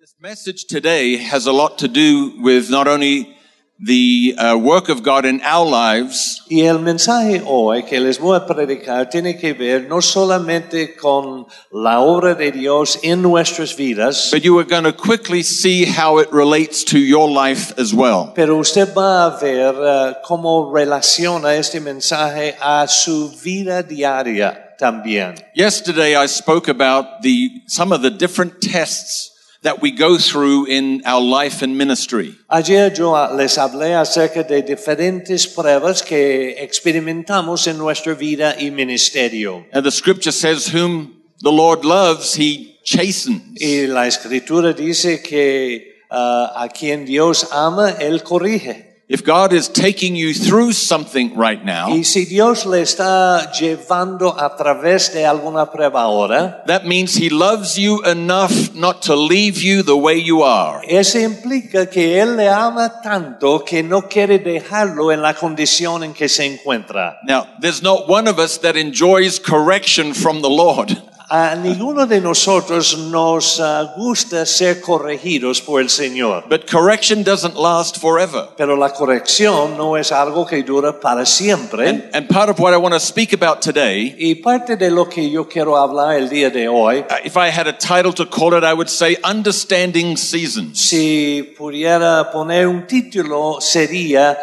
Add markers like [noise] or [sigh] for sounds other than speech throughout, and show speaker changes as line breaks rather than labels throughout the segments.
This message today has a lot to do with not only the uh, work of God in our lives,
Y el mensaje hoy que les voy a predicar tiene que ver no solamente con la obra de Dios en nuestras vidas,
but you are going to quickly see how it relates to your life as well.
pero usted va a ver eh, cómo relaciona este mensaje a su vida diaria también.
Yesterday, I spoke about the, some of the different tests that we go through in our life and ministry.
Ayer yo ah, les hablé acerca de diferentes pruebas que experimentamos en nuestra vida y ministerio.
And the scripture says, Whom the Lord loves, he chastens.
Y la escritura dice que ah, a quien Dios ama, Él corrige.
If God is taking you through something right now,
Y si Dios le está llevando a través de alguna prueba ahora,
that means he loves you enough not to leave you the way you are.
eso implica que Él le ama tanto que no quiere dejarlo en la condición en que se encuentra.
Now, there's not one of us that enjoys correction from the Lord.
A ninguno de nosotros nos ah, gusta ser corregidos por el Señor,
But correction doesn't last forever.
pero la corrección no es algo que dura para siempre.
And part of what I want to speak about today,
Y parte de lo que yo quiero hablar el día de hoy
uh, if I had a title to call it, I would say Understanding Seasons.
Si pudiera poner un título sería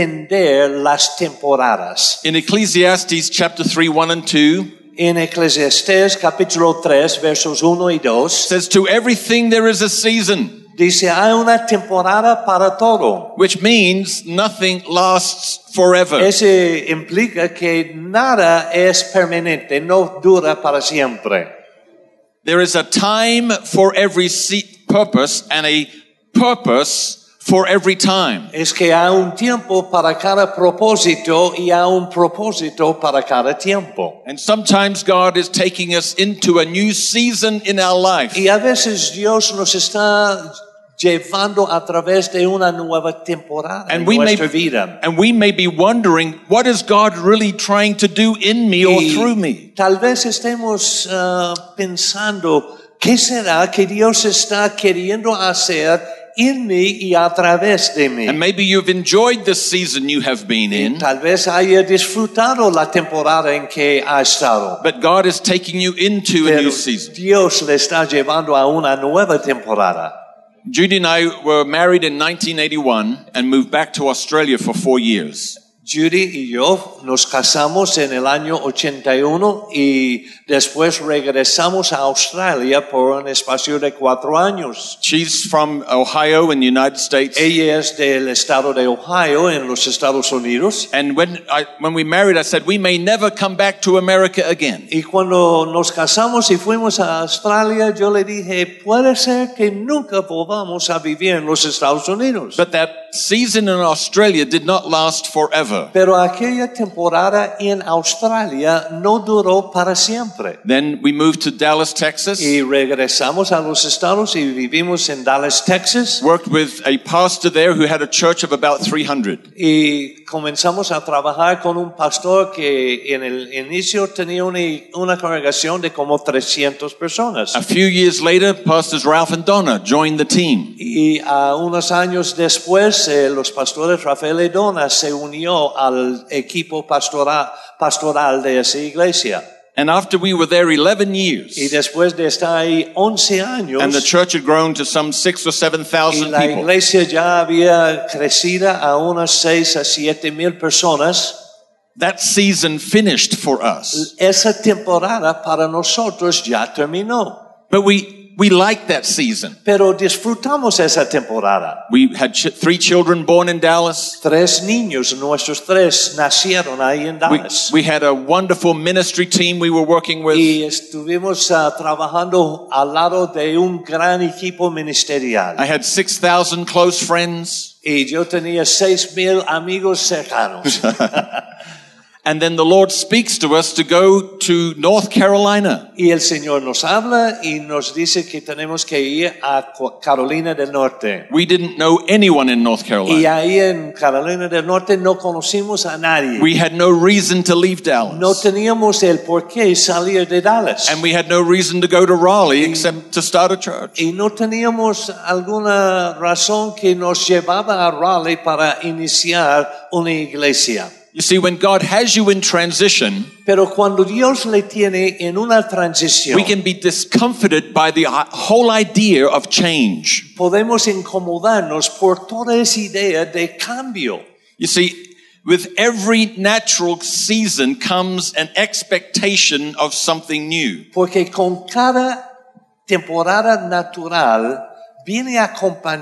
entender las temporadas.
In Ecclesiastes chapter 3, 1 and 2,
En Eclesiastés capítulo 3 versos 1 y 2
says, To everything there is a season,
dice hay una temporada para todo.
which means nothing lasts forever.
Eso implica que nada es permanente, no dura para siempre.
There is a time for every se- purpose and a purpose for every time.
Es que hay un tiempo para cada propósito y hay un propósito para cada tiempo.
And sometimes God is taking us into a new season in our life.
Y a veces Dios nos está llevando a través de una nueva temporada en
And we, may,
nuestra vida.
and we may be wondering, what is God really trying to do in me or
Y
through me?
Tal vez estemos ah, pensando, ¿qué será que Dios está queriendo hacer en mí y a través de mí?
And maybe you've enjoyed the season you have been
Y
in,
Tal vez haya disfrutado la temporada en que ha estado.
but God is taking you into a
Pero
new season.
Dios le está llevando a una nueva temporada.
Judy and I were married in 1981 and moved back to Australia for four years.
Judy y yo nos casamos en el año 81 y después regresamos a Australia por un espacio de cuatro años.
She's from Ohio in the United States.
Ella es del estado de Ohio en los Estados Unidos.
And when, I, when we married, I said, we may never come back to America again.
Y cuando nos casamos y fuimos a Australia, yo le dije, puede ser que nunca volvamos a vivir en los Estados Unidos.
But that season in Australia did not last forever.
Pero aquella temporada en Australia no duró para siempre.
Then we moved to Dallas, Texas.
Y regresamos a los Estados y vivimos en Dallas, Texas.
worked with a pastor there who had a church of about 300.
Y comenzamos a trabajar con un pastor que en el inicio tenía una, una congregación de como 300 personas.
A few years later, pastors Ralph and Donna joined the team.
Y a unos años después, eh, los pastores Rafael y Donna se unió al equipo pastoral, pastoral de esa iglesia.
And after we were there 11
Y
years,
después de estar ahí 11 años,
and the church had grown to some six or
y
7,000
la
people.
iglesia ya había crecido a unas 6 a 7 mil personas.
That season finished for us.
Esa temporada para nosotros ya terminó,
But we, we liked that season.
pero disfrutamos esa temporada.
We had ch- three children born in Dallas.
Tres niños, nuestros tres, nacieron ahí en
We,
Dallas.
we had a wonderful ministry team we were working with.
y estuvimos ah, trabajando al lado de un gran equipo ministerial.
I had 6,000 close friends. [laughs]
Y yo tenía seis mil amigos cercanos.
And then the Lord speaks to us to go to North Carolina.
Y el Señor nos habla y nos dice que tenemos que ir a Co- Carolina del Norte.
We didn't know anyone in North
Y
Carolina.
ahí en Carolina del Norte no conocimos a nadie.
We had no reason to leave
no
Dallas.
teníamos el por qué salir de Dallas.
And we had no reason to go to Raleigh except to start a church.
y no teníamos alguna razón que nos llevaba a Raleigh para iniciar una iglesia.
You see, when God has you in transition,
Pero cuando Dios le tiene en una transición,
we can be discomforted by the i- whole idea of change.
podemos incomodarnos por toda esa idea de cambio.
You see, with every natural season comes an expectation of something new.
Porque con cada temporada natural viene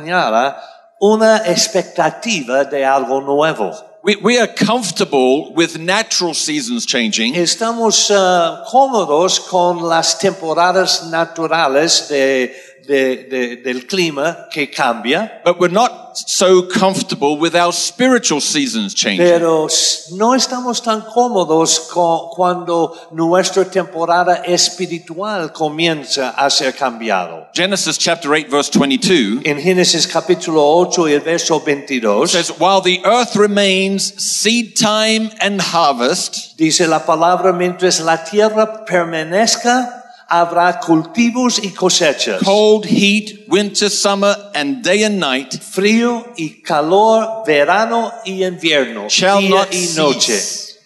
acompañada una expectativa de algo nuevo.
We, we are comfortable with natural seasons changing,
Estamos ah, cómodos con las temporadas naturales de- de- de- del clima que cambia,
but we're not so comfortable with our spiritual seasons changing.
pero s- no estamos tan cómodos co- cuando nuestra temporada espiritual comienza a ser cambiado.
Genesis chapter 8, verse 22
En Génesis capítulo 8 y el verso 22
says, While the earth remains seed time and harvest,
dice la palabra, mientras la tierra permanezca, habrá cultivos y cosechas.
cold, heat, winter, summer, and day and night
Frío y calor, verano y invierno,
shall
día
not
y noche,
cease.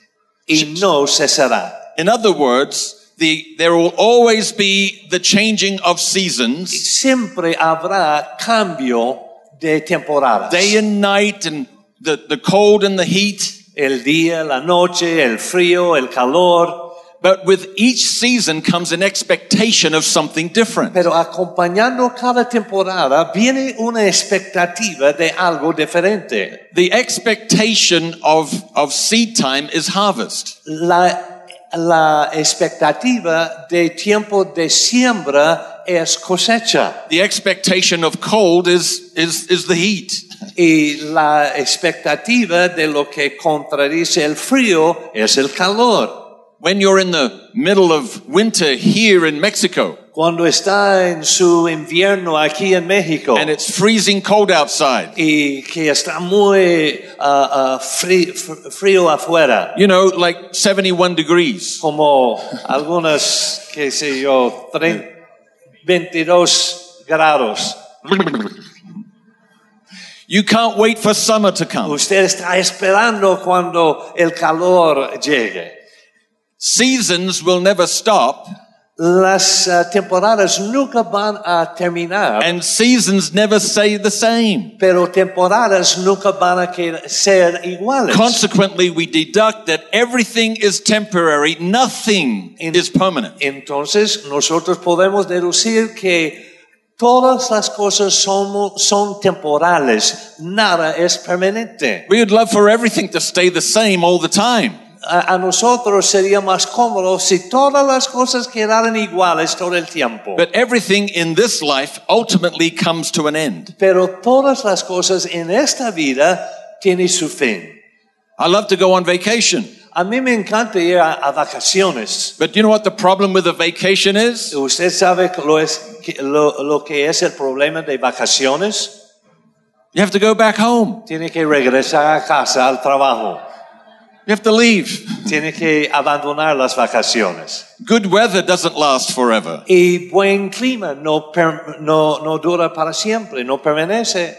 y no cesará.
In other words, the, there will always be the changing of seasons,
Siempre habrá cambio de temporadas.
day and night, and the, the cold and the heat.
El día, la noche, el frío, el calor,
But with each season comes an expectation of something different.
pero acompañando cada temporada viene una expectativa de algo diferente.
The expectation of, of seed time is harvest.
la, la expectativa de tiempo de siembra es cosecha
The expectation of cold is, is, is the heat.
y la expectativa de lo que contradice el frío es el calor.
When you're in the middle of winter here in Mexico
Cuando está en su invierno aquí en México
and it's freezing cold outside,
y que está muy ah, ah, frí- fr- frío afuera,
you know, like 71 degrees.
como algunas, qué sé yo, trein- 22 grados.
You can't wait for summer to come.
Usted está esperando cuando el calor llegue.
Seasons will never stop
Las ah, temporadas nunca van a terminar,
and seasons never say the same.
pero temporadas nunca van a que- ser iguales.
Consequently, we deduct that everything is temporary, nothing
In-
is permanent.
Entonces nosotros podemos deducir que todas las cosas son, son temporales, nada es permanente.
We would love for everything to stay the same all the time.
A, a nosotros sería más cómodo si todas las cosas quedaran iguales todo el tiempo.
But everything in this life ultimately comes to an end.
Pero todas las cosas en esta vida tienen su fin.
I love to go on vacation.
A mí me encanta ir a, a vacaciones.
But you know what the problem with a vacation is?
¿Usted sabe que lo, es, que lo, lo que es el problema de vacaciones?
You have to go back home.
Tiene que regresar a casa, al trabajo.
You have to leave.
Tiene que abandonar las vacaciones.
Good weather doesn't last forever.
Y buen clima no, per- no, no dura para siempre, no permanece.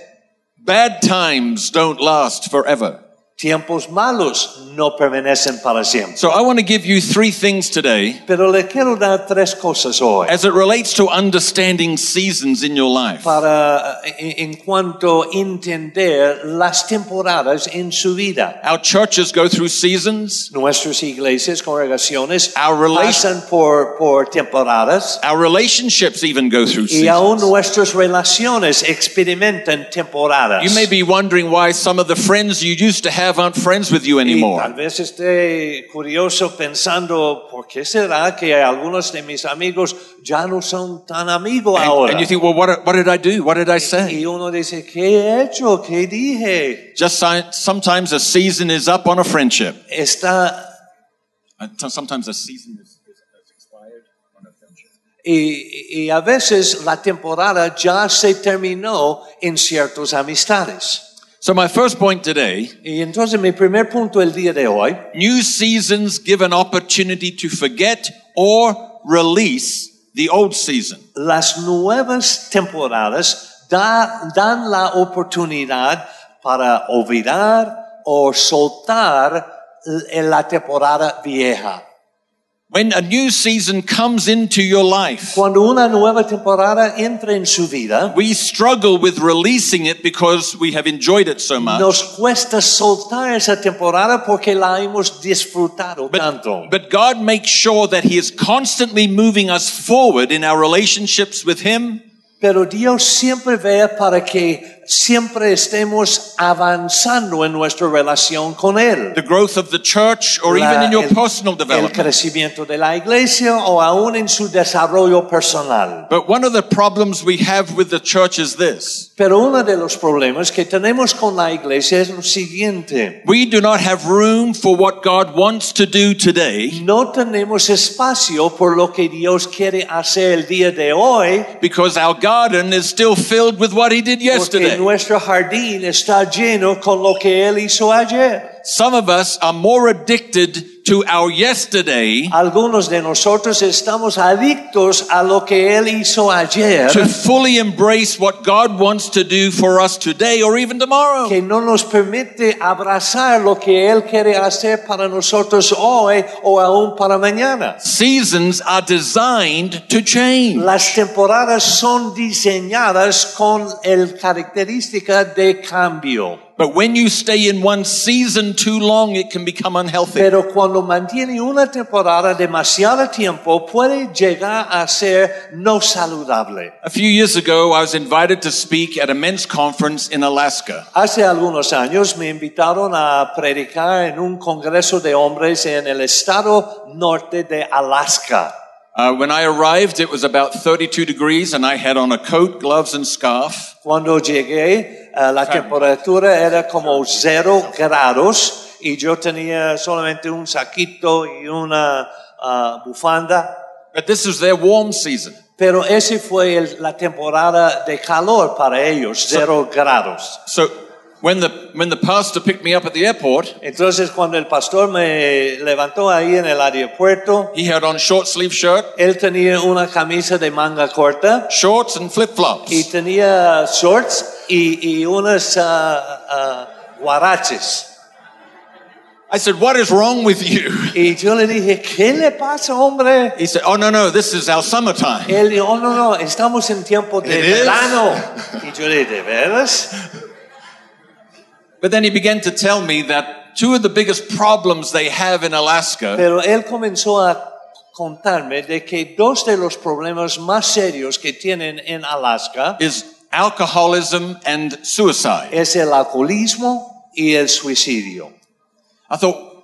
Bad times don't last forever.
Tiempos malos no permanecen para siempre.
So I want to give you three things today
Pero le quiero dar tres cosas hoy.
as it relates to understanding seasons in your life.
para eh, en cuanto entender las temporadas en su vida.
Our churches go through seasons.
Nuestras iglesias, congregaciones,
Our rela-
pasan por, por temporadas
Our relationships even go through
y aún
seasons.
nuestras relaciones experimentan temporadas.
You may be wondering why some of the friends you used to have aren't friends with you
Y tal
anymore.
vez esté curioso pensando, ¿por qué será que algunos de mis amigos ya no son tan amigos
And,
ahora?
and you think, well, what, what did I do? What did I say?
y uno dice, ¿qué he hecho? ¿Qué dije?
Just si- sometimes a season is up on a friendship.
está
Uh, t- sometimes a season is, is, has expired on a friendship.
Y, y a veces la temporada ya se terminó en ciertas amistades.
So my first point today,
Y entonces mi primer punto el día de hoy,
new seasons give an opportunity to forget or release the old season.
las nuevas temporadas da- dan la oportunidad para olvidar o soltar l- la temporada vieja.
When a new season comes into your life,
Cuando una nueva temporada entra en su vida,
we struggle with releasing it because we have enjoyed it so much.
nos cuesta soltar esa temporada porque la hemos disfrutado tanto.
But, but God makes sure that He is constantly moving us forward in our relationships with Him
Pero Dios siempre vea para que siempre estemos avanzando en nuestra relación con Él.
the growth of the church or
la-
even in your
el-
personal
El
development.
crecimiento de la iglesia o aún en su desarrollo personal.
But one of the problems we have with the church is this.
Pero uno de los problemas que tenemos con la iglesia es lo siguiente.
We do not have room for what God wants to do today
No tenemos espacio por lo que Dios quiere hacer el día de hoy
because our garden is still filled with what He did
porque
yesterday.
nuestro jardín está lleno con lo que Él hizo ayer.
Some of us are more addicted to our yesterday
Algunos de nosotros estamos adictos a lo que Él hizo ayer.
to fully embrace what God wants to do for us today or even tomorrow.
que no nos permite abrazar lo que Él quiere hacer para nosotros hoy o aún para mañana.
Seasons are designed to change.
Las temporadas son diseñadas con el característica de cambio,
But when you stay in one season too long, it can become unhealthy.
pero cuando mantiene una temporada demasiado tiempo puede llegar a ser no saludable.
A few years ago, I was invited to speak at a men's conference in Alaska.
Hace algunos años me invitaron a predicar en un congreso de hombres en el estado norte de Alaska.
Uh, when I arrived, it was about 32 degrees, and I had on a coat, gloves, and scarf.
Cuando llegué, eh, la temperatura era como cero grados y yo tenía solamente un saquito y una ah, bufanda.
But this was their warm season.
Pero ese fue el- la temporada de calor para ellos, cero grados.
So when the, when the pastor picked me up at the airport,
Entonces, cuando el pastor me levantó ahí en el aeropuerto,
he had on short sleeve shirt,
él tenía una camisa de manga corta
shorts, and flip
y
flops.
tenía shorts y, y unos ah, ah, guaraches.
I said, What is wrong with you?
Y yo le dije, ¿qué le pasa, hombre?
He said, Oh, no, no, this is our summertime.
Él dijo, oh, no, no, estamos en tiempo de
It is.
verano. Y yo le dije, ¿de veras?
But then he began to tell me that two of the biggest problems they have in Alaska
Pero él comenzó a contarme de que dos de los problemas más serios que tienen en Alaska
is alcoholism and suicide.
es el alcoholismo y el suicidio.
I thought,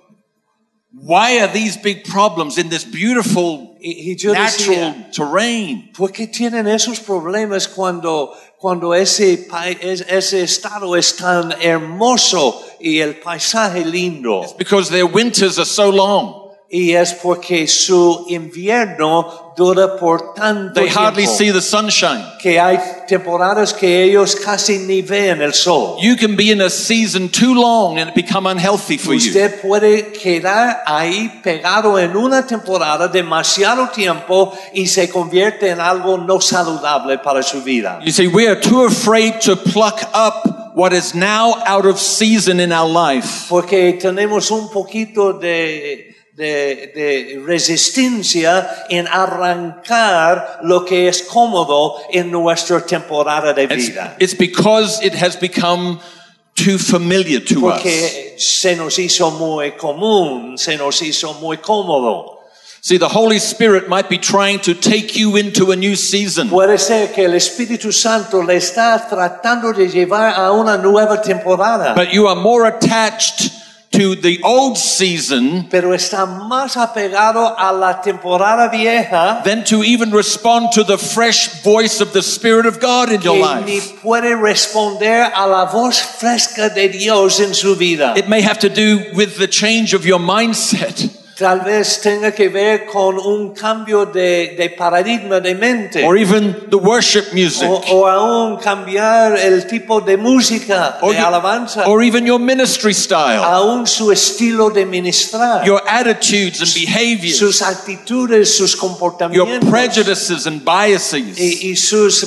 why are these big problems in this beautiful
Y, y yo
natural
decía,
terrain?
¿por qué tienen esos problemas cuando, cuando ese, pa- es- ese estado es tan hermoso y el paisaje lindo?
Because their winters are so long.
Y es porque su invierno dura por tanto
They hardly
tiempo
see the sunshine.
que hay temporadas que ellos casi ni ven el sol.
You can be in a season too long and it become unhealthy for you.
Usted puede quedar ahí pegado en una temporada demasiado tiempo y se convierte en algo no saludable para su vida.
You see, we are too afraid to pluck up what is now out of season in our life.
Porque tenemos un poquito de, de- de resistencia en arrancar lo que es cómodo en nuestra temporada de
It's,
vida.
it's because it has become too familiar to us.
Porque se nos hizo muy común, se nos hizo muy cómodo.
See, the Holy Spirit might be trying to take you into a new season.
Puede ser que el Espíritu Santo le está tratando de llevar a una nueva temporada,
But you are more attached to the old season
pero está más apegado a la temporada vieja
than to even respond to the fresh voice of the Spirit of God in your
que ni
life.
puede responder a la voz fresca de Dios en su vida.
It may have to do with the change of your mindset.
Tal vez tenga que ver con un cambio de, de paradigma de mente.
or even the worship music,
o, o aún cambiar el tipo de música,
or
de
you- [laughs]
alabanza,
or even your ministry style,
aún su estilo de ministrar,
your attitudes and behaviors,
Uh, sus actitudes, sus
your
comportamientos
prejudices and biases,
y, y sus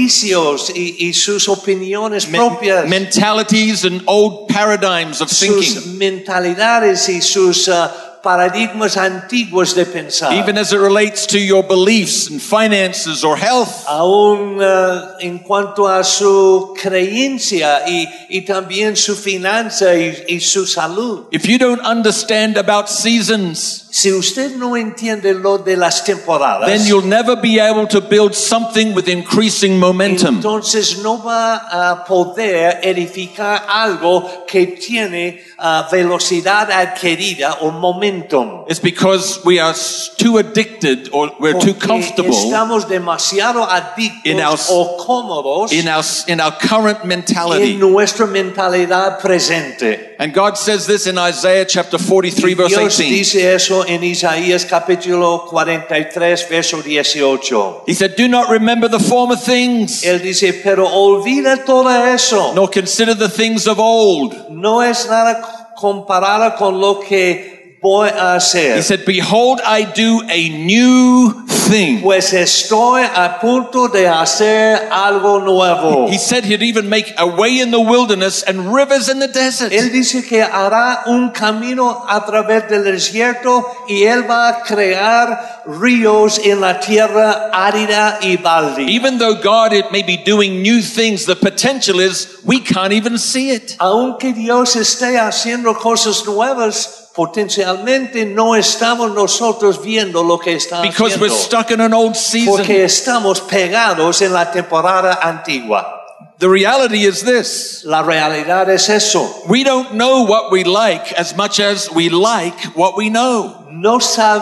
prejuicios y, y sus opiniones
me-
propias,
mentalities and old paradigms of
sus
thinking,
mentalidades y sus ah, paradigmas antiguos de pensar.
even as it relates to your beliefs and finances or health.
aún ah, en cuanto a su creencia y, y también su finanza y- y su salud.
If you don't understand about seasons,
Si usted no entiende lo de las temporadas,
then you'll never be able to build something with increasing momentum.
entonces no va a poder edificar algo que tiene ah, velocidad adquirida o momentum.
It's because we are s- too addicted or we're too
Porque
comfortable
Oh, Estamos demasiado
In our-
adictos o cómodos
in our, s- in our current
en
mentality.
nuestra mentalidad presente.
And God says this in Isaiah chapter 43 verse
Dios
18.
dice eso en Isaías capítulo 43, verso 18.
He said, do not remember the former things,
Él dice, pero olvida todo eso.
nor consider the things of old.
no es nada comparada con lo que voy a
He
hacer.
said, behold, I do a new thing.
Pues estoy a punto de hacer algo nuevo.
He said he'd even make a way in the wilderness and rivers in the desert.
Él dice que hará un camino a través del desierto y él va a crear ríos en la tierra árida y baldía.
Even though God it may be doing new things, the potential is we can't even see it.
Aunque Dios esté haciendo cosas nuevas, potencialmente no estamos nosotros viendo lo que está
Because we're
haciendo.
stuck in an old season.
Ah, porque estamos pegados en la temporada antigua.
The reality is this.
La realidad es eso.
We don't know what we like as much as we like what we know.
No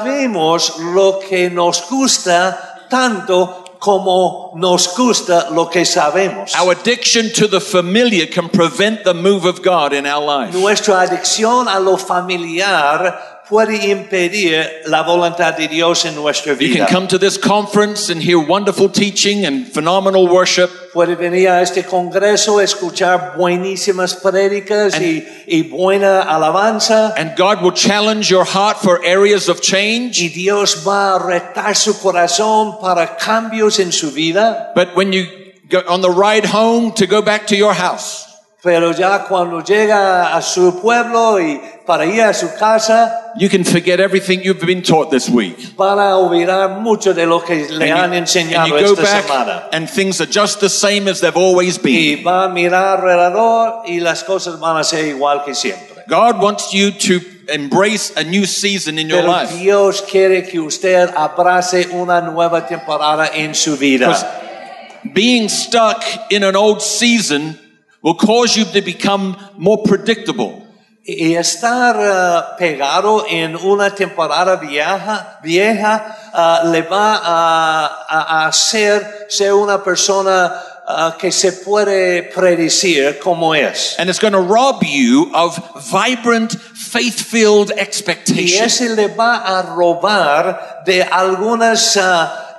sabemos lo que nos gusta tanto como nos gusta lo que sabemos.
Our addiction to the familiar can prevent the move of God in our life.
Nuestra adicción a lo familiar puede impedir la voluntad de Dios en nuestra
You
vida.
can come to this conference and hear wonderful teaching and phenomenal worship,
Puede venir a este congreso, escuchar buenísimas prédicas y, y buena alabanza.
and God will challenge your heart for areas of change.
Y Dios va a retar su corazón para cambios en su vida,
But when you go on the ride home to go back to your house,
pero ya cuando llega a su pueblo y para ir a su casa,
You can forget everything you've been taught this week.
van a olvidar mucho de lo que le
and
han
you, and
enseñado
you go
esta
back
semana.
and things are just the same as they've always been.
Y va a mirar alrededor y las cosas van a ser igual que siempre.
God wants you to embrace a new season in your
Pero
life.
Dios quiere que usted abrace una nueva temporada en su
Because
vida.
being stuck in an old season will cause you to become more predictable.
Y estar ah, pegado en una temporada vieja, vieja ah, le va a, a- a hacer ser una persona ah, que se puede predecir como es.
And it's going to rob you of vibrant, faith-filled
Y
expectation.
ese le va a robar de algunas ah,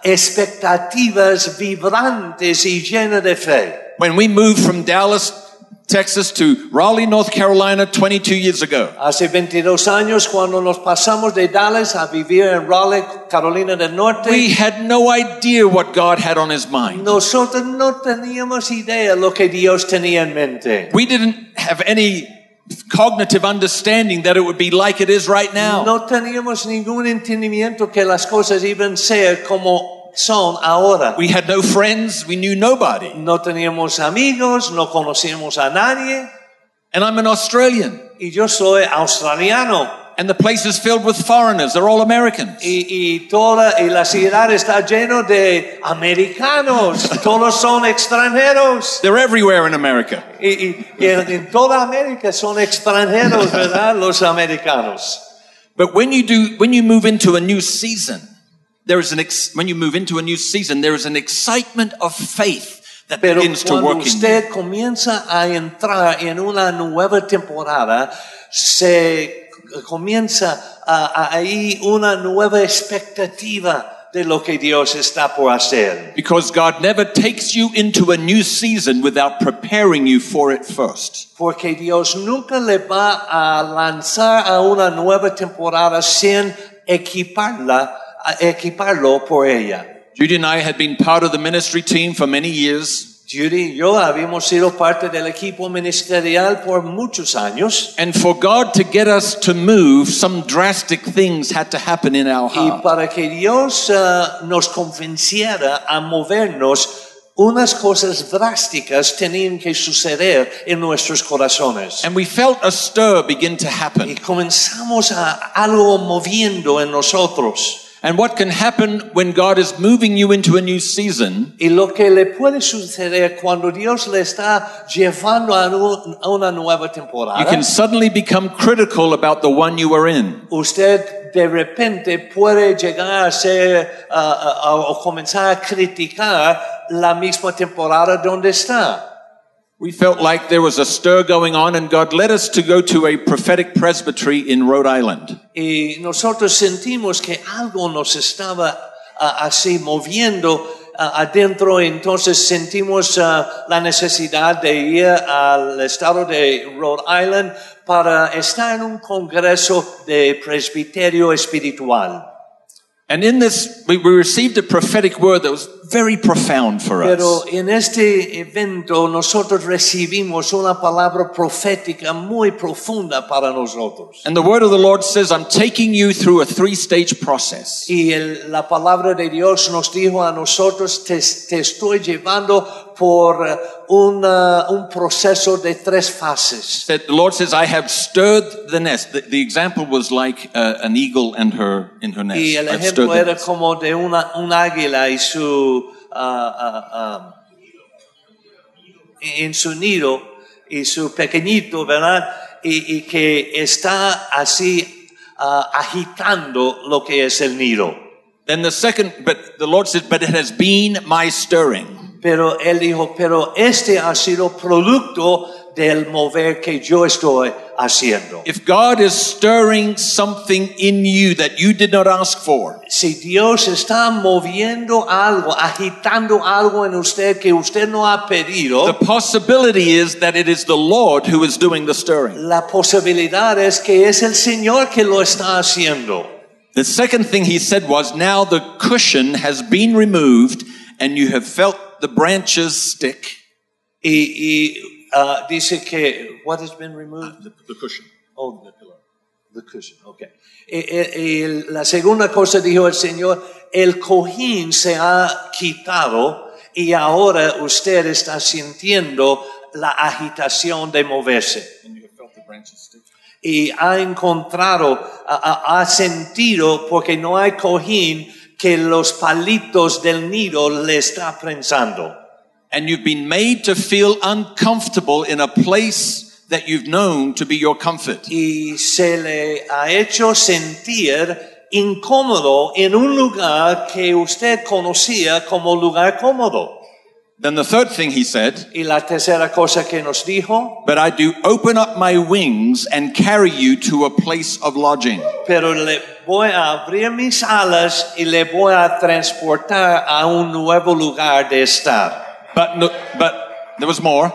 expectativas vibrantes y llenas de fe.
When we moved from Dallas, Texas to Raleigh, North Carolina 22 years ago,
Hace 22 años cuando nos pasamos de Dallas a vivir en Raleigh, Carolina del Norte.
We had no idea what God had on his mind.
Nosotros no teníamos idea lo que Dios tenía en mente.
We didn't have any cognitive understanding that it would be like it is right now.
No teníamos ningún entendimiento que las cosas iban a ser como son ahora.
We had no friends, we knew nobody.
No teníamos amigos, no conocíamos a nadie.
And I'm an Australian,
Y yo soy australiano.
and the place is filled with foreigners, they're all Americans.
Y, y toda y la ciudad está lleno de americanos. Todos son extranjeros.
They're everywhere in America.
Y, y- y en- en toda América son extranjeros, ¿verdad? Los americanos.
But when you do when you move into a new season, there is an ex, when you move into a new season, there is an excitement of faith that
Pero
begins to
cuando
work in you.
usted comienza a entrar en una nueva temporada, se comienza ah, ah, ahí una nueva expectativa de lo que Dios está por hacer.
Because God never takes you into a new season without preparing you for it first.
Porque Dios nunca le va a lanzar a una nueva temporada sin equiparla, a- equiparlo por ella.
Judy and I had been part of the ministry team for many years,
Judy y yo habíamos sido parte del equipo ministerial por muchos años.
and for God to get us to move, some drastic things had to happen in our
Y
heart.
para que Dios ah, nos convenciera a movernos, unas cosas drásticas tenían que suceder en nuestros corazones.
And we felt a stir begin to
Y
happen.
comenzamos a algo moviendo en nosotros.
And what can happen when God is moving you into a new season
Y lo que le puede suceder cuando Dios le está llevando a, nu- a una nueva
You
temporada,
can suddenly become critical about the one you are in.
usted de repente puede llegar a ser ah, ah, ah, o comenzar a criticar la misma temporada donde está.
We felt like there was a stir going on, and God led us to go to a prophetic presbytery in Rhode Island.
Y nosotros sentimos que algo nos estaba ah, así moviendo ah, adentro, entonces sentimos ah, la necesidad de ir al estado de Rhode Island para estar en un congreso de presbiterio espiritual.
And in this, we, we received a prophetic word that was very profound for us.
Pero en este evento nosotros recibimos una palabra profética muy profunda para nosotros.
and the word of the Lord says, I'm taking you through a three stage process.
Y el- la palabra de Dios nos dijo a nosotros, te, te estoy llevando por eh, una- un proceso de tres fases.
That the Lord says, I have stirred the nest. The, the example was like uh, an eagle and her in her nest.
Y el
I've stirred
ejemplo
the
era
nest.
como de una, un águila y su, ah, ah, ah, en su nido y su pequeñito, ¿verdad? Y, y que está así ah, agitando lo que es el nido.
Then the second, but the Lord says, but it has been my stirring.
Pero él dijo, pero este ha sido producto del mover que yo estoy haciendo.
If God is stirring something in you that you did not ask for,
Si Dios está moviendo algo, agitando algo en usted que usted no ha
the
pedido,
possibility is that it is the Lord who is doing the stirring.
la posibilidad es que es el Señor que lo está haciendo.
The second thing he said was, now the cushion has been removed and you have felt the branches stick.
Y, y, ah, dice que, what has been removed?
Ah, The, the cushion.
Oh, the pillow. The cushion, okay. Eh, eh, eh, el- la segunda cosa dijo el Señor, el cojín se ha quitado y ahora usted está sintiendo la agitación de moverse.
And you have felt the branches stick.
Y ha encontrado, ha, ha- ha sentido, porque no hay cojín, que los palitos del nido le está prensando.
And you've been made to feel uncomfortable in a place that you've known to be your comfort.
y se le ha hecho sentir incómodo en un lugar que usted conocía como lugar cómodo.
Then the third thing he said,
Y la tercera cosa que nos dijo,
But I do open up my wings and carry you to a place of lodging.
pero le voy a abrir mis alas y le voy a transportar a un nuevo lugar de estar.
But no, but there was more.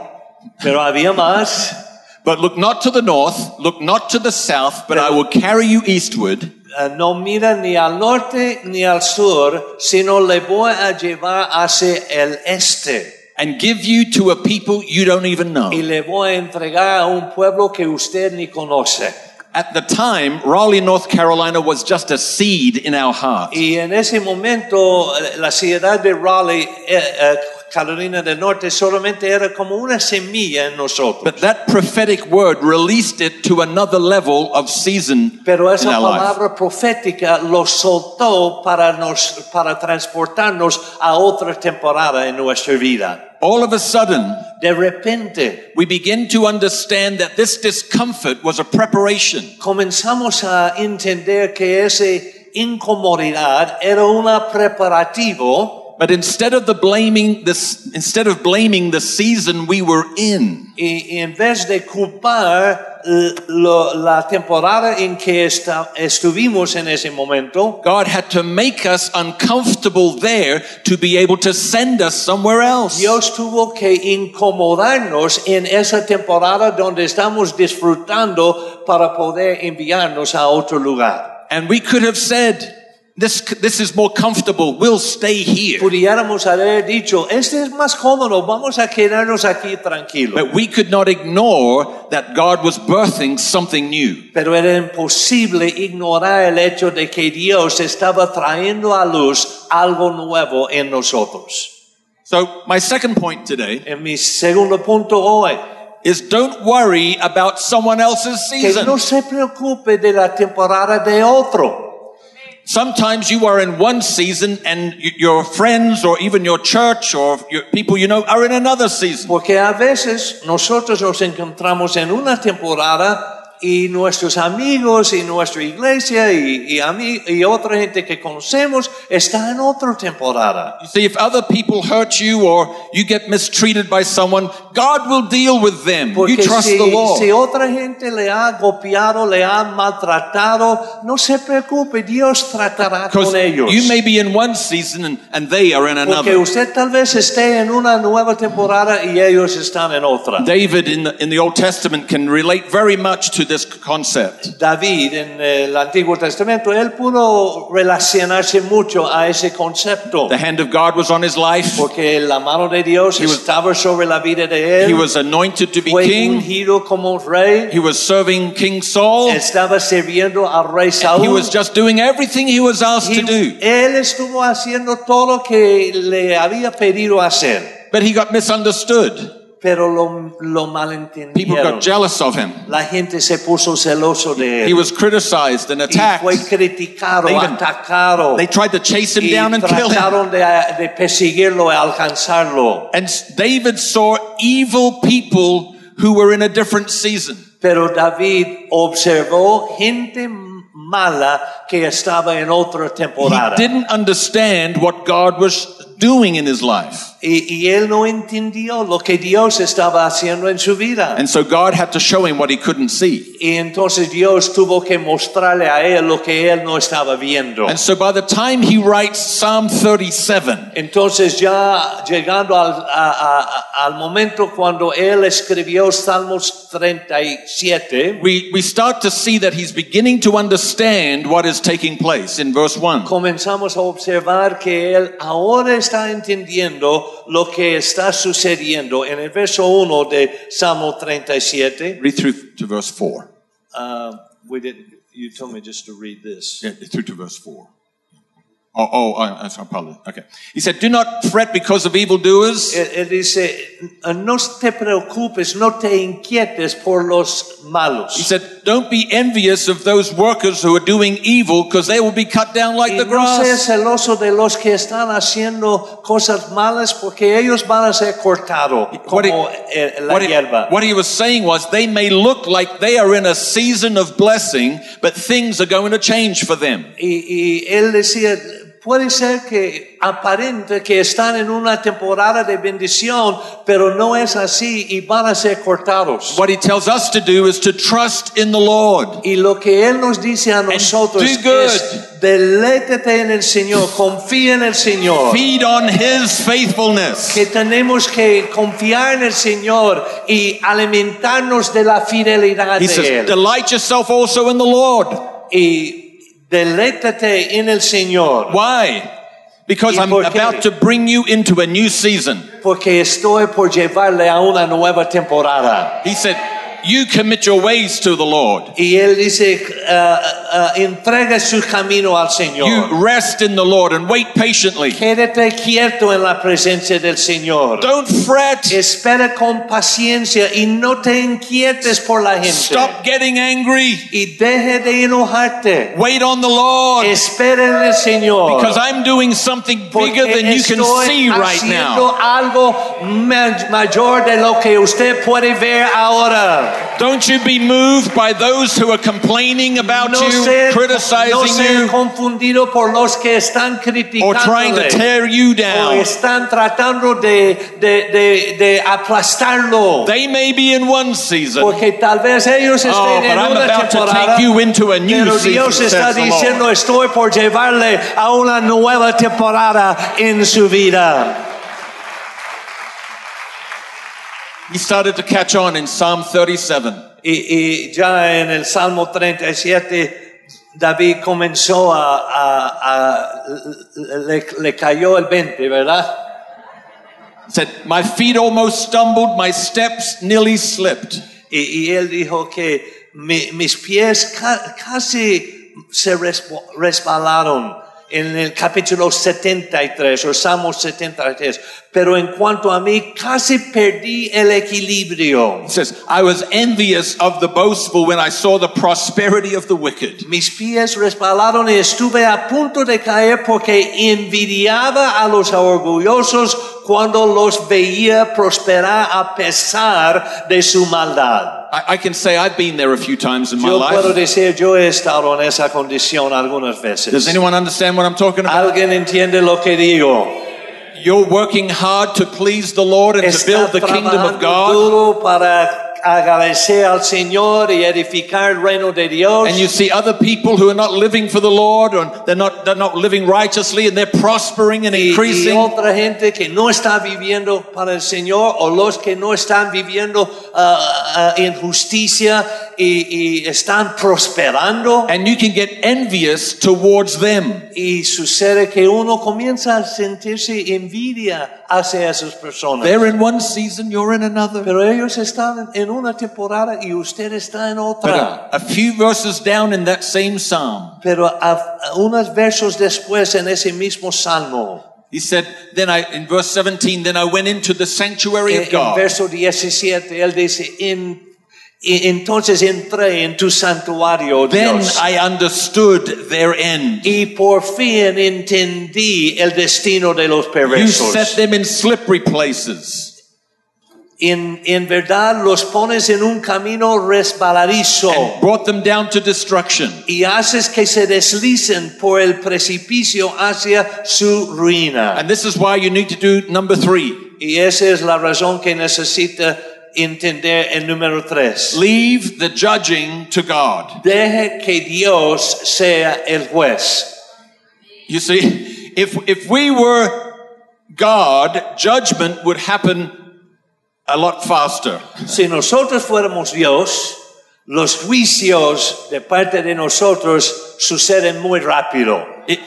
Pero había más.
But look not to the north, look not to the south, but I will carry you eastward.
Eh, No mira ni al norte ni al sur, sino le voy a llevar hacia el este.
And give you to a people you don't even
y
know.
le voy a entregar a un pueblo que usted ni conoce.
At the time, Raleigh, North Carolina was just a seed in our heart.
Y en ese momento eh, la ciudad de Raleigh, eh, eh, Carolina del Norte, solamente era como una semilla en nosotros.
But that prophetic word released it to another level of season
Pero esa
in our life.
palabra profética lo soltó para, nos, para transportarnos a otra temporada en nuestra vida.
All of a sudden,
De repente
we begin to understand that this discomfort was a preparation.
comenzamos a entender que esa incomodidad era un preparativo
But instead of the blaming this, instead of blaming the season we were in,
y, y en vez de culpar eh, lo- la temporada en que esta- estuvimos en ese momento,
God had to make us uncomfortable there to be able to send us somewhere else.
Dios tuvo que incomodarnos en esa temporada donde estamos disfrutando para poder enviarnos a otro lugar.
And we could have said, this, this is more comfortable. We'll stay here.
Pudiéramos haber dicho, este es más cómodo, vamos a quedarnos aquí tranquilos.
But we could not ignore that God was birthing something new.
Pero era imposible ignorar el hecho de que Dios estaba trayendo a luz algo nuevo en nosotros.
So my second point today
En mi segundo punto hoy,
is don't worry about someone else's
que
season.
no se preocupe de la temporada de otro.
Sometimes you are in one season and y- your friends or even your church or your people you know are in another season.
Porque a veces nosotros nos encontramos en una temporada y nuestros amigos y nuestra iglesia y, y, ami- y otra gente que conocemos está en otra temporada.
You see, if other people hurt you or you get mistreated by someone, God will deal with them. You
Porque
trust
si,
the Lord.
si otra gente le ha golpeado, le ha maltratado, no se preocupe, Dios tratará
Because
con ellos.
you may be in one season and, and they are in
Porque
another.
usted tal vez esté en una nueva temporada y ellos están en otra.
David in the, in the Old Testament can relate very much to this concept.
David en el Antiguo Testamento, él pudo relacionarse mucho a ese concepto,
The hand of God was on his life.
porque la mano de Dios
was-
estaba sobre la vida de
He
él,
was anointed to be
fue
king.
ungido como rey,
He was serving King Saul.
estaba sirviendo al rey
He
Saúl.
was just doing everything he was asked
y
to do.
él estuvo haciendo todo lo que le había pedido hacer,
But he got misunderstood.
pero lo, lo
People
malentendieron.
got jealous of him.
La gente se puso celoso de
He
él.
was criticized and
Y fue
attacked.
criticado,
They even-
atacado.
They tried to chase him
y
down and kill him.
trataron de, de perseguirlo y alcanzarlo.
And David saw evil people who were in a different season.
Pero David observó gente mala que estaba en otra temporada.
He didn't understand what God was doing in his life.
Y, y él no entendió lo que Dios estaba haciendo en su vida.
And so God had to show him what he couldn't see.
y entonces Dios tuvo que mostrarle a él lo que él no estaba viendo.
And so by the time he writes Psalm 37,
Entonces ya llegando al, a- a- a- al momento cuando él escribió Salmos 37,
we, we start to see that he's beginning to understand what is taking place in verse 1.
comenzamos a observar que él ahora está entendiendo lo que está sucediendo en el verso 1 de Salmo 37.
Read through to verse 4.
Uh, we didn't- you told me just to read this.
Yeah, through to verse 4. Oh, oh, I, I apologize. Okay. He said, Do not fret because of evildoers.
Él, él dice, "Uh, no te preocupes, no te inquietes por los
He
malos.
said, Don't be envious of those workers who are doing evil because they will be cut down like
Y
the
no seas
grass.
celoso de los que están haciendo cosas malas porque ellos van a ser cortados
What he-
como eh, la
What he,
hierba.
what he was saying was, they may look like they are in a season of blessing, but things are going to change for them.
Y, y él decía, puede ser que aparente que están en una temporada de bendición, pero no es así y van a ser cortados.
What he tells us to do is to trust in the Lord.
Y lo que él nos dice a nosotros
do good.
es, deleítate en el Señor, confía en el Señor.
Feed on his faithfulness.
Que tenemos que confiar en el Señor y alimentarnos de la fidelidad
He
de
says,
Él.
Delight yourself also in the Lord.
Y deleítate en el Señor.
Why? Because
Y
I'm
por qué?
about to bring you into a new season.
Porque estoy por llevarle a una nueva temporada.
He said, You commit your ways to the Lord.
Y él dice, ah, ah, entrega su camino al Señor.
You rest in the Lord and wait patiently.
Quédate quieto en la presencia del Señor.
Don't fret.
Espera con paciencia y no te inquietes por la gente.
Stop getting angry.
Y deje de enojarte.
Wait on the Lord.
Espera en el Señor.
Because I'm doing something
porque
bigger than you can
estoy
see right
haciendo
now.
algo ma- mayor de lo que usted puede ver ahora. vida.
Don't you be moved by those who are complaining about
No
you,
ser,
criticizing
no ser
you,
confundido por los que están
or trying to
criticando.
tear you
O
down.
están tratando de, de, de, de aplastarlo.
They may be in one season. Oh,
Porque tal vez ellos estén
but
en
I'm
una
about to
temporada.
take you into a new
Pero
season.
Dios
says
está
the Lord.
diciendo, estoy por llevarle a una nueva temporada en su vida.
He started to catch on in Psalm 37.
Y, y ya en el Salmo 37, David comenzó a, a- a- le, le cayó el 20, ¿verdad?
He said, My feet almost stumbled, my steps nearly slipped.
Y, y él dijo que "Mi- mis pies ca- casi se resbo- resbalaron en el capítulo 73 o Salmo 73, pero en cuanto a mí casi perdí el equilibrio.
He says, I was envious of the boastful when I saw the prosperity of the wicked.
Mis pies resbalaron y estuve a punto de caer porque envidiaba a los orgullosos cuando los veía prosperar a pesar de su maldad.
I, I can say I've been there a few times in my
Yo puedo
life.
decir, yo he estado en esa condición algunas veces.
Does anyone understand what I'm talking about?
¿Alguien entiende lo que digo?
You're working hard to please the Lord and to
Está
build the kingdom
trabajando
of God.
duro para agradecer al Señor y edificar el reino de Dios.
And you see other people who are not living for the Lord and they're not, they're not living righteously and they're prospering and
y, y
increasing.
otra gente que no está viviendo para el Señor o los que no están viviendo ah, ah, injusticia y, y están prosperando
And you can get envious towards them.
y sucede que uno comienza a sentirse envidia hacia esas personas.
They're in one season, you're in another.
Pero ellos están en una temporada y usted está en
But
otra.
a, a few verses down in that same psalm,
Pero a- a unos versos después en ese mismo salmo.
he said, Then I, in verse 17, then I went into the sanctuary
eh, En,
of
en
God.
verso 17, él dice, "En- y- entonces entré en tu santuario, oh
Then
Dios,
I understood their end.
y por fin entendí el destino de los
You set
perversos.
them in slippery places.
En, en verdad los pones en un camino resbaladizo
and brought them down to destruction.
y haces que se deslicen por el precipicio hacia su ruina.
And this is why you need to do number three
Y esa es la razón que necesita entender el número 3.
leave the judging to God.
Deje que Dios sea el juez.
You see, if, if we were God, judgment would happen a lot faster.
Si nosotros fuéramos Dios, los juicios de parte de nosotros suceden muy rápido.
It,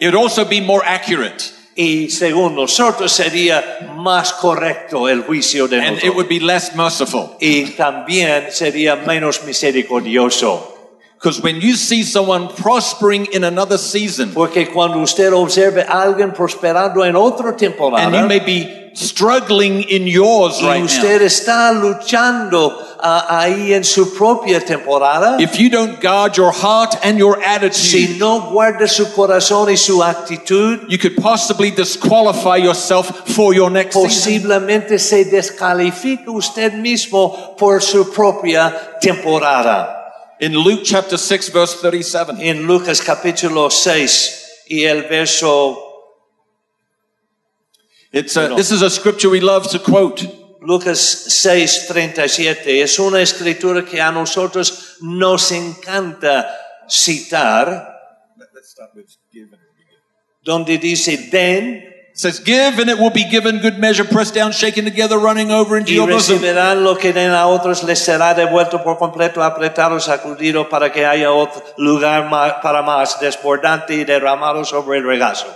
it would also be more accurate
Y según nosotros sería más correcto el juicio de
and it
nosotros.
would be less merciful.
Y también sería menos misericordioso.
Because when you see someone prospering in another season
Porque cuando usted observe a alguien prosperando en otra
and you
temporada,
may be struggling in yours
y
right now,
usted está luchando ah, ahí en su propia temporada,
if you don't guard your heart and your attitude,
si no guarda su corazón y su actitud,
you could possibly disqualify yourself for your next season.
posiblemente se descalifica usted mismo por su propia temporada.
In Luke chapter 6 verse 37,
En Lucas capítulo 6 y el verso,
it's a, this is a scripture we love to quote.
Lucas 6, 37, es una escritura que a nosotros nos encanta citar, donde dice, den
It says, give and it will be given good measure, pressed down, shaken together, running over into
y
your bosom.
recibirán lo que den a otros, les será devuelto por completo, apretado, sacudido, para que haya otro lugar ma- para más, desbordante y derramado sobre el regazo.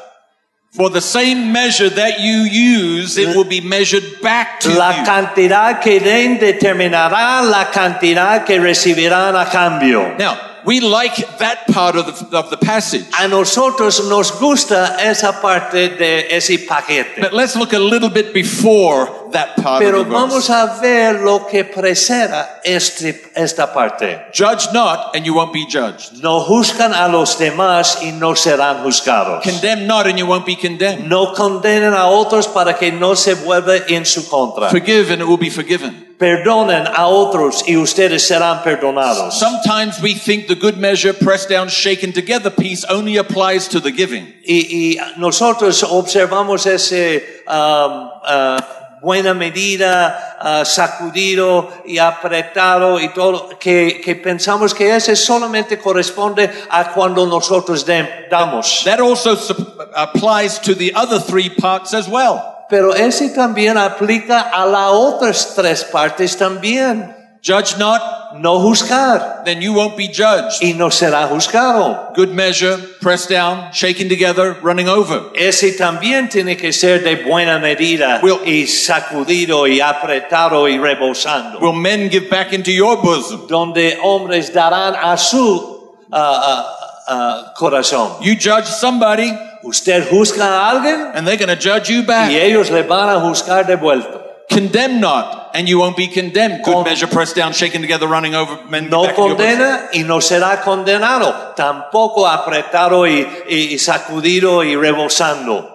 For the same measure that you use, it will be measured back to
La
you.
cantidad que den determinará la cantidad que recibirán a cambio.
Now, we like that part of the, of the passage,
A nosotros nos gusta esa parte de ese paquete.
but let's look a little bit before that part
Pero
of the verse.
vamos a ver lo que precede este, esta parte.
Judge not, and you won't be judged.
No juzgan a los demás y no serán juzgados.
Condemn not, and you won't be condemned.
No condenen a otros para que no se vuelva en su contra.
Forgive, and it will be forgiven.
Perdonen a otros y ustedes serán perdonados.
Sometimes we think the good measure, pressed down, shaken together piece only applies to the giving.
Y, y nosotros observamos ese um, ah, buena medida, ah, sacudido y apretado y todo, que, que pensamos que ese solamente corresponde a cuando nosotros dem- damos.
That also sup- applies to the other three parts as well.
Pero ese también aplica a las otras tres partes también.
Judge not,
No juzgar
then you won't be judged.
y no será juzgado.
Good measure, pressed down, shaken together, running over.
Ese también tiene que ser de buena medida
Will-
y sacudido y apretado y rebosando.
Will men give back into your bosom?
donde hombres darán a su ah, ah, ah, corazón.
You judge somebody,
Usted juzga a alguien
and they're going to judge you back.
y ellos le van a juzgar de vuelta.
Condemn not, and you won't be condemned. Good
Con-
measure, pressed down, shaken together, running over. Men
No
back to your bosom.
condena y no será condenado, tampoco apretado y, y- y sacudido y rebosando.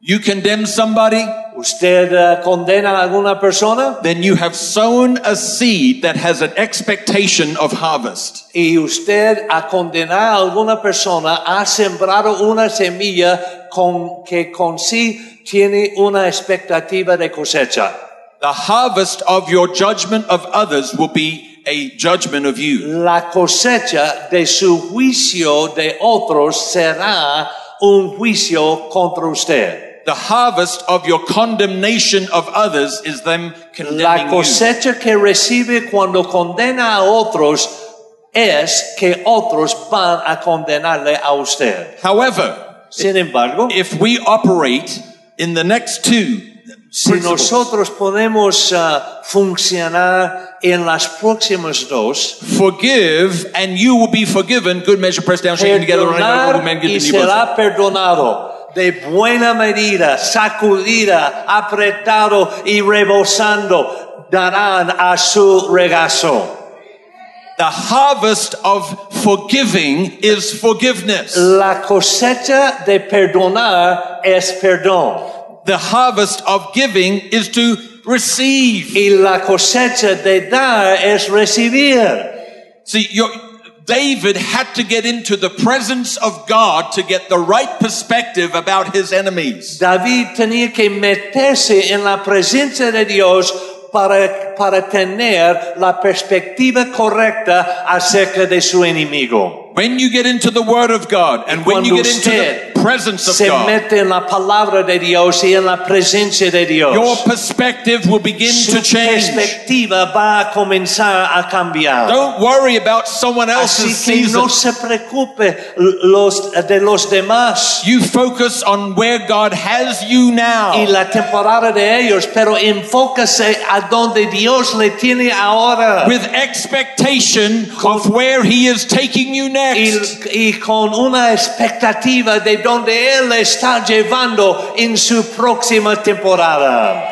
You condemn somebody,
Usted ah, condena a alguna persona
then you have sown a seed that has an expectation of harvest.
y usted a condenar a alguna persona ha sembrado una semilla con que con sí tiene una expectativa de cosecha.
The harvest of your judgment of others will be a judgment of you.
la cosecha de su juicio de otros será un juicio contra usted.
The harvest of your condemnation of others is them
La
condemning you.
cosecha que recibe cuando condena a otros es que otros van a condenarle a usted.
However,
Sin embargo,
if we operate in the next two
si
principles,
nosotros podemos ah, funcionar en las próximas dos,
Forgive and you will be forgiven. Good measure, pressed down, shaken together, running over, will
perdonar
men
y
give to you.
será perdonado. De buena medida, sacudida, apretado y rebosando, darán a su regazo.
The harvest of forgiving is forgiveness.
La cosecha de perdonar es perdón.
The harvest of giving is to receive.
Y la cosecha de dar es recibir.
See, your, David had to get into the presence of God to get the right perspective about his enemies.
David tenía que meterse en la presencia de Dios para, para tener la perspectiva correcta acerca de su enemigo.
When you get into the Word of God and when you
Cuando
get into
usted
the presence of
se
God,
mete en la palabra de Dios y en la presencia de Dios.
your perspective will begin
su
to change.
perspectiva va a comenzar a cambiar.
Don't worry about someone else's
Así que
season.
no se preocupe los, de los demás
You focus on where God has you
y
now.
la temporada de ellos, pero enfócase a donde Dios le tiene ahora
With expectation of where he is taking you
y,
next.
y con una expectativa de donde Él le está llevando en su próxima temporada.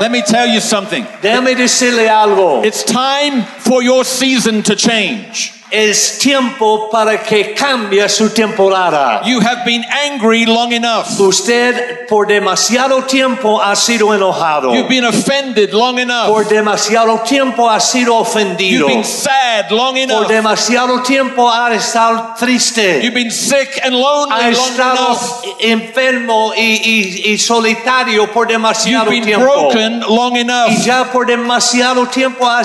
Let me tell you something.
Déjame decirle algo.
It's time for your season to change.
Es tiempo para que cambie su temporada.
You have been angry long enough.
Usted por demasiado tiempo ha sido enojado.
You've been offended long
Por
enough.
demasiado tiempo ha sido
You've
ofendido.
been sad long
Por
enough.
demasiado tiempo ha estado triste.
You've been sick and
Ha
lonely long
estado
enough.
enfermo y, y- y solitario por
You've
demasiado
been
tiempo.
broken long enough.
Y ya por demasiado tiempo ha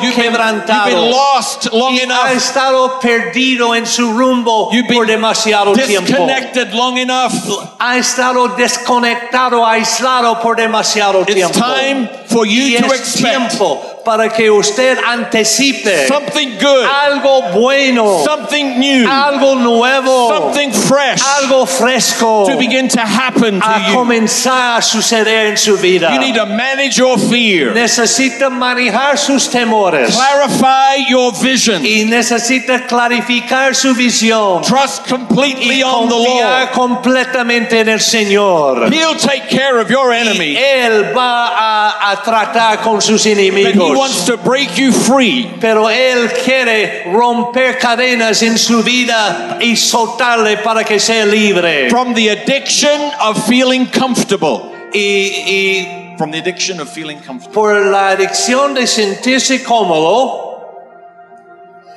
You've been, you've been
quebrantado.
lost long
Y ha
enough.
estado perdido en su rumbo
You've been
por demasiado tiempo.
disconnected long enough.
ha estado desconectado, aislado por demasiado
It's
tiempo.
time for
y
you to
es
expect
tiempo para que usted anticipe
something good,
algo bueno,
something new,
algo nuevo,
something fresh
algo fresco
to begin to happen to
a
you.
comenzar a suceder en su vida.
You need to manage your fear,
necesita manejar sus temores
clarify your vision,
y necesita clarificar su visión
trust completely
y
on the
confiar
Lord.
completamente en el Señor.
He'll take care of your
Y
enemy,
él va a, a tratar con sus
but He wants
enemigos.
to break you free.
Pero él quiere romper cadenas en su vida y soltarle para que sea libre.
from the addiction of feeling comfortable.
Y, y
From the addiction of feeling comfortable.
por la adicción de sentirse cómodo,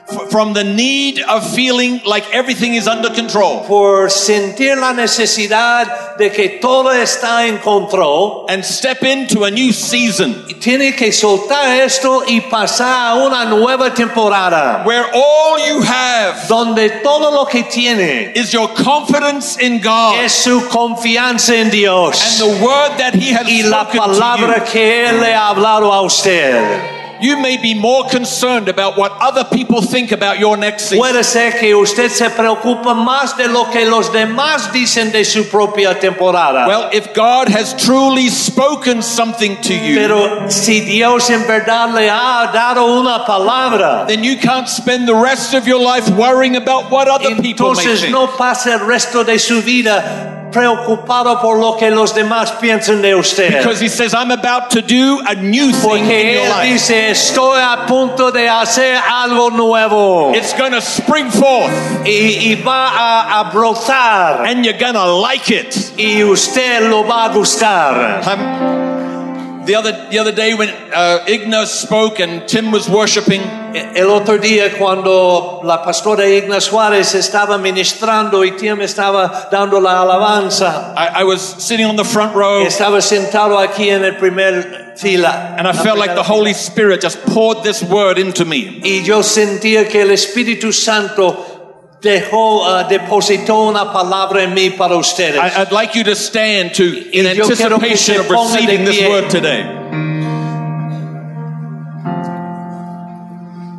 F- From the need of feeling like everything is under control.
por sentir la necesidad de que todo está en control,
And step into a new season
tiene que soltar esto y pasar a una nueva temporada
where all you have
donde todo lo que tiene
is your confidence in God
es su confianza en
and
Dios
the word that He has
y la
spoken
palabra
to
que Él le ha hablado a usted.
you. You may be more concerned about what other people think about your next season.
Puede ser que usted se preocupe más de lo que los demás dicen de su propia temporada.
Well, if God has truly spoken something to you,
pero si Dios en verdad le ha dado una palabra,
then you can't spend the rest of your life worrying about what other people may
entonces
think.
no pasa el resto de su vida preocupado por lo que los demás piensan de usted.
Because he says, I'm about to do a new thing in
Porque
your
él
life.
dice, estoy a punto de hacer algo nuevo.
It's going to spring forth
Y, y va a, a brotar.
and you're going to like it.
Y usted lo va a gustar.
Um, the, other, the other day when uh, Igna spoke and Tim was worshiping,
E- El otro día cuando la pastora Igna Suárez estaba ministrando y Tim estaba dando la alabanza,
I, I was sitting on the front row
estaba sentado aquí en el primer fila.
and I
la
felt like
primera
the
fila.
Holy Spirit just poured this word into me.
Y yo sentía que el Espíritu Santo dejó, ah, depositó una palabra en mí para ustedes.
I, I'd like you to stand to in
Y yo quiero que
anticipation
se
of
ponga de
receiving this
pie.
word today.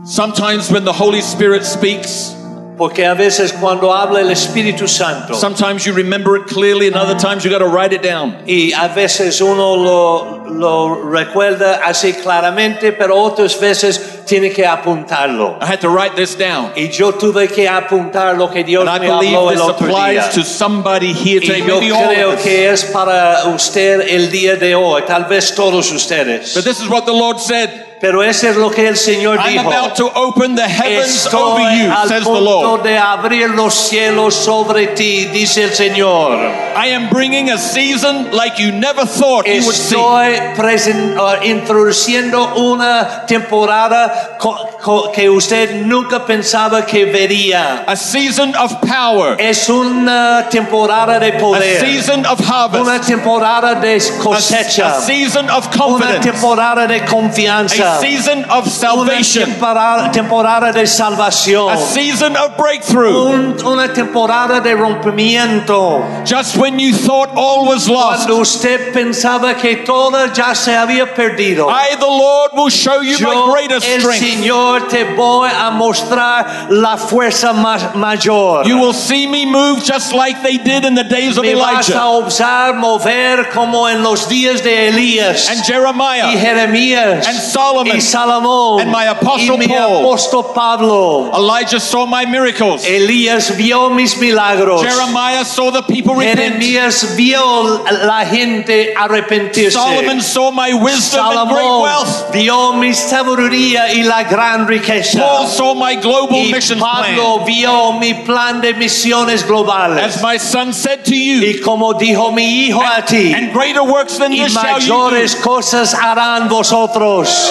Sometimes when the Holy Spirit speaks,
Porque a veces cuando habla el Espíritu Santo
Sometimes you remember it clearly, and other times you got to write it down.
y a veces uno lo, lo recuerda así claramente, pero otras veces tiene que apuntarlo.
I had to write this down.
Y yo tuve que apuntar lo que Dios
And I
me
believe
habló el
this
otro día.
applies to somebody here today,
Y yo
maybe all
creo
of us.
que es para usted el día de hoy, tal vez todos ustedes.
But this is what the Lord said
Pero eso es lo que el Señor
I'm
dijo.
about to open the heavens over
Estoy
you,
al
says the
punto
Lord.
de abrir los cielos sobre ti, dice el Señor.
I am bringing a season like you never thought you would see.
Estoy presen- uh, introduciendo una temporada co- co- que usted nunca pensaba que vería.
A season of power,
Es una temporada de
a
poder,
season of
una
harvest,
temporada de
a, s-
cosecha,
a season of
una
confidence,
temporada de
a
confianza,
season of
una
salvation,
tempora- temporada de salvación,
a season of breakthrough.
un- una temporada de rompimiento.
Just when you thought all was lost,
Cuando usted pensaba que todo ya se había perdido.
I, the Lord, will show you my
Yo,
greater
el
strength.
Señor te voy a mostrar la fuerza ma- mayor.
You will see me move just like they did in the days of
Me vas a
Elijah
observar mover como en los días de Elías
and
y
Jeremiah
Jeremías
and Solomon.
y Salomón
and my
y
apostle
mi
Paul.
apóstol Pablo.
Elijah saw my miracles.
Elías vio mis milagros.
Jeremiah saw the people repent.
Jeremías vio la gente arrepentirse.
Solomon saw my wisdom and great
Salomón
wealth.
vio mi sabiduría y la gran riqueza.
Paul saw my global
Y
missions plan.
Pablo vio mi plan de misiones globales.
As my son said to you,
Y como dijo mi hijo a ti,
and greater works than
y
this shall you
mayores
do.
cosas harán vosotros.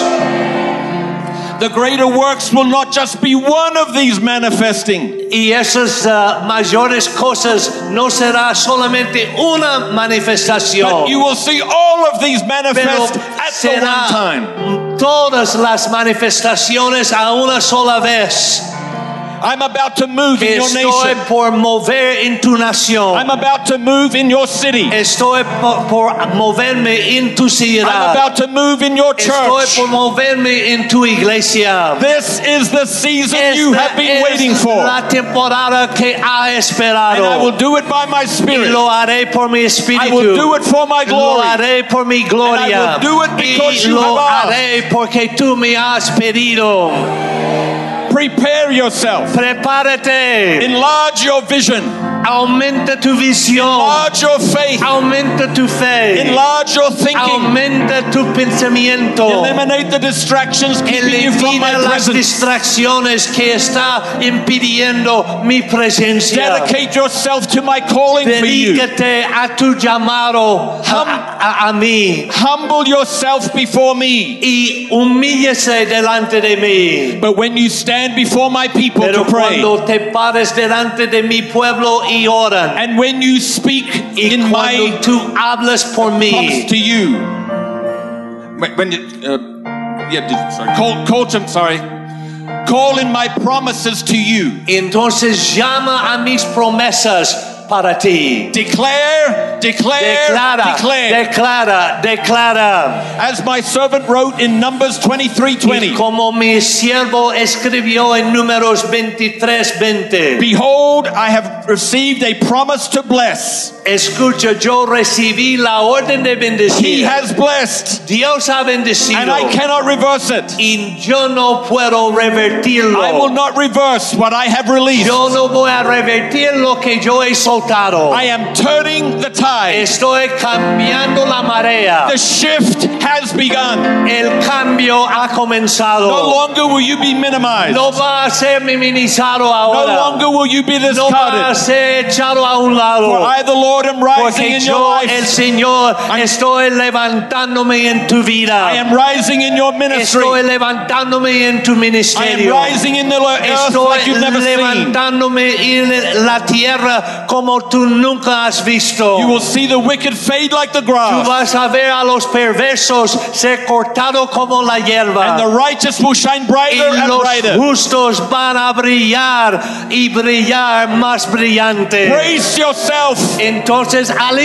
The greater works will not just be one of these manifesting,
Y esas ah, mayores cosas no será solamente una manifestación,
but you will see all of these
pero
manifest at the one time.
será todas las manifestaciones a una sola vez.
I'm about to move in
que
your
estoy
nation.
por mover en tu
I'm
nación.
about to move in your city.
Estoy po- por, moverme en tu
I'm
ciudad.
about to move in your
Estoy
church.
por moverme en tu iglesia.
This is the season you
Esta
have been
es
waiting for.
la temporada que ha
And I will
esperado.
do it by my
Y
spirit.
lo haré por mi espíritu.
I will do it for my
Lo
glory.
haré por mi gloria.
And I will do it because
y
you
lo
have asked.
haré porque tú me has pedido.
Prepare yourself.
Prepárate.
Enlarge your vision.
Aumenta tu visión.
Enlarge your faith.
Aumenta tu fe.
Enlarge your thinking.
Aumenta tu pensamiento.
Eliminate the distractions keeping you from my
Elimina las
presence.
distracciones que está impidiendo mi presencia.
Dedicate yourself to my calling for you.
Dedícate a tu llamado a, a- a mí
Humble yourself before me.
y humíllese delante de mí.
But when you stand before my people to
Pero
pray,
cuando te pares delante de mi pueblo y oran,
and when you speak
y
in
cuando
my
tú hablas por mí,
comes to you. When, when you, uh, yeah, did- sorry. Call, call to, sorry. Call in my promises to you.
entonces llama a mis promesas para ti.
Declare, declare,
Declara,
declare.
declara, declara.
As my servant wrote in Numbers twenty-three twenty.
Y como mi siervo escribió en números 23, 20.
Behold, I have received a promise to bless.
Escucha, yo recibí la orden
He
de bendecir.
has blessed,
Dios ha bendecido.
and I cannot reverse it.
y yo no
I
puedo
will
revertirlo.
not reverse what I have released.
Yo no voy a revertir lo que yo he soltado.
I am turning the tide.
Estoy cambiando la marea.
The shift has begun.
El cambio ha
No
comenzado.
longer will you be minimized.
No va a ser minimizado
No
ahora.
longer will you be
No va a
discarded.
ser echado a un
For
lado.
I, the Lord, am rising
Porque
in your
yo, el
life.
Señor,
I'm-
estoy levantándome en tu vida.
I am rising in your
Estoy
ministry.
levantándome en tu
I am
ministerio.
rising in the lo- earth
Estoy
like you've never seen.
levantándome en la tierra como tú nunca has visto.
You will see the wicked fade like the
Tú
grass,
vas a ver a los perversos ser cortados como la
and
hierba.
the righteous will shine brighter
Y
and
los
brighter.
justos van a brillar y brillar más brillante.
Brace yourself
Entonces
for the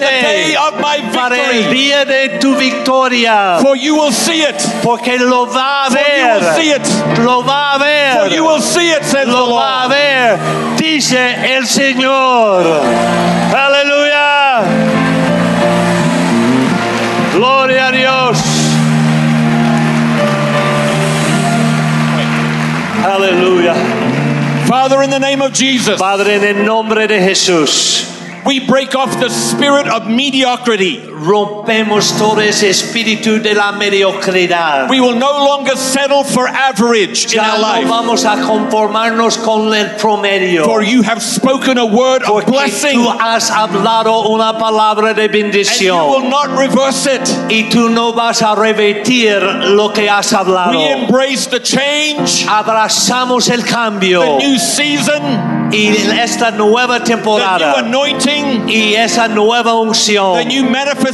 day
alístate
of my
para el
victory,
día de tu victoria.
for you will see it.
Porque lo va a
For you will see
ver.
it.
Lo va a
For
ver.
you will see it, says the
lo va a
Lord.
ver, dice el Señor. Aleluya. Gloria a Dios. Aleluya.
Father, in the name of Jesus,
Padre, en el nombre de Jesús,
we break off the spirit of mediocrity.
rompemos todo ese espíritu de la mediocridad.
We will no longer settle for average in
Ya
our
no
life.
vamos a conformarnos con el promedio.
For you have spoken a word of
Porque
blessing,
tú has hablado una palabra de
and you
bendición.
will not reverse it.
y tú no vas a revertir lo que has hablado.
We em- embrace the change,
Abrazamos el
the
cambio
new season,
y esta nueva
the new
temporada
anointing,
y esa nueva
the
unción
new manifestation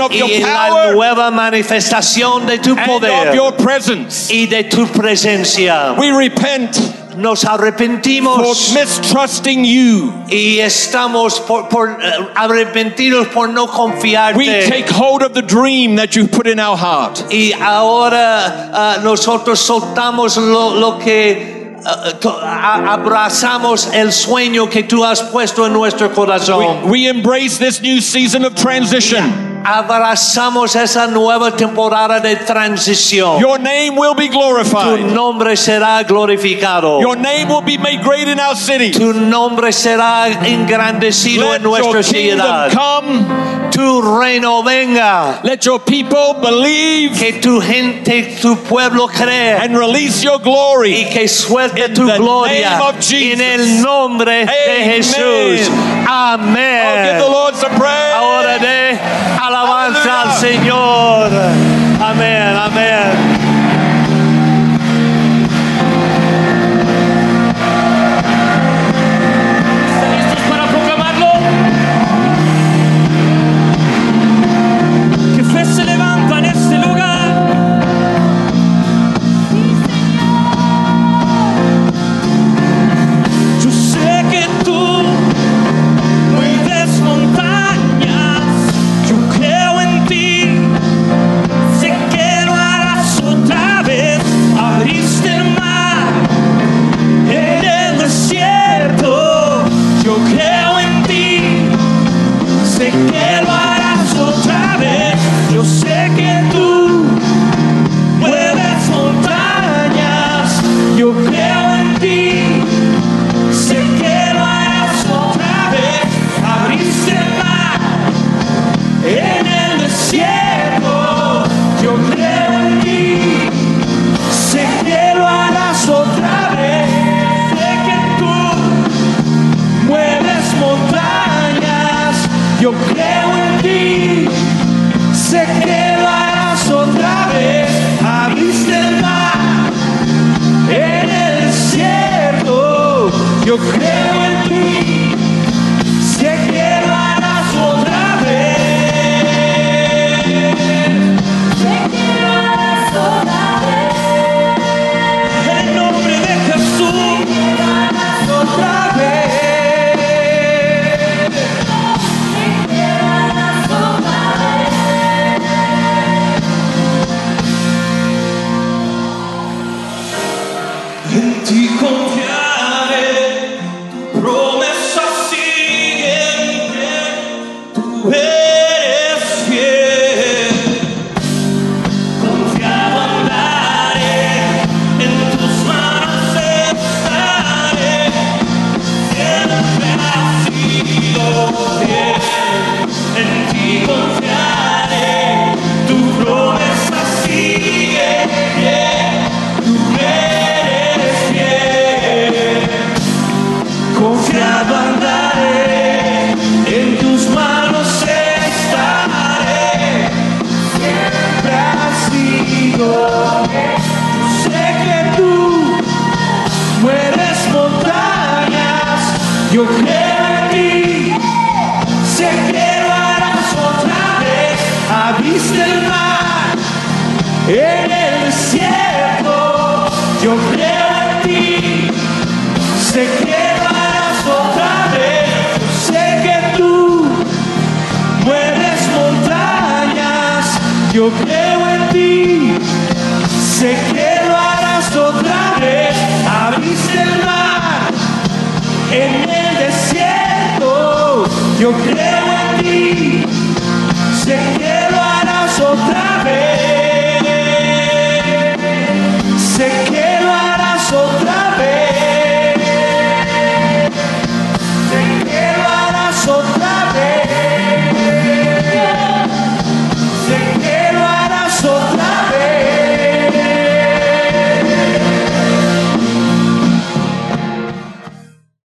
of
y
your
la
power
nueva manifestación de tu
and of
poder
your presence.
y de tu presencia.
We repent
Nos
for
arrepentimos
mistrusting you.
y estamos por, por, eh, arrepentidos por no
We
confiarte.
take hold of the dream that you've put in our heart.
Y ahora ah, nosotros soltamos lo, lo que ah, to- a- abrazamos el sueño que tú has puesto en nuestro corazón.
We embrace this new season of transition.
Abrazamos esa nueva temporada de transición.
Your name will be
tu
glorified.
nombre será glorificado.
Your name will be made great in our city.
tu nombre será engrandecido
Let
en
your
nuestra
kingdom
ciudad.
come.
Tu reino venga.
Let your people believe
Que tu gente, tu pueblo crea.
and release your
y
glory.
que suelte
In
tu
the
gloria
name of Jesus.
en el nombre de
Amen.
Jesús.
Oh, give the
Amén.
Lord some praise.
Ahora de alabanza al
Aleluya.
Señor. Amén, amén.
¿Están listos para proclamarlo? Que fe se levanta en este lugar.
Yo creo en ti, sé que lo harás otra vez.
Sé que lo harás otra vez.
En nombre de Jesús,
Sé que lo harás
otra vez.
Sé que lo harás otra vez.
En ti confiaré, tu promesa siempre, tú eres fiel. Confiado andaré, en tus manos estaré, siempre has sido fiel. En ti confiaré, tu promesa sigue fiel. Eres fiel, confiado andaré, en tus manos estaré, siempre has sido. Sé que tú mueres montañas, yo creo en ti, sé que lo harás otra vez, aviste el mar en el desierto. Yo creo en ti, sé que lo harás otra vez. Sé que tú mueves montañas. Yo creo en ti, sé que lo harás otra vez. Abriste el mar en el desierto. Yo creo en ti. Sé que lo harás otra vez. Sé que lo harás otra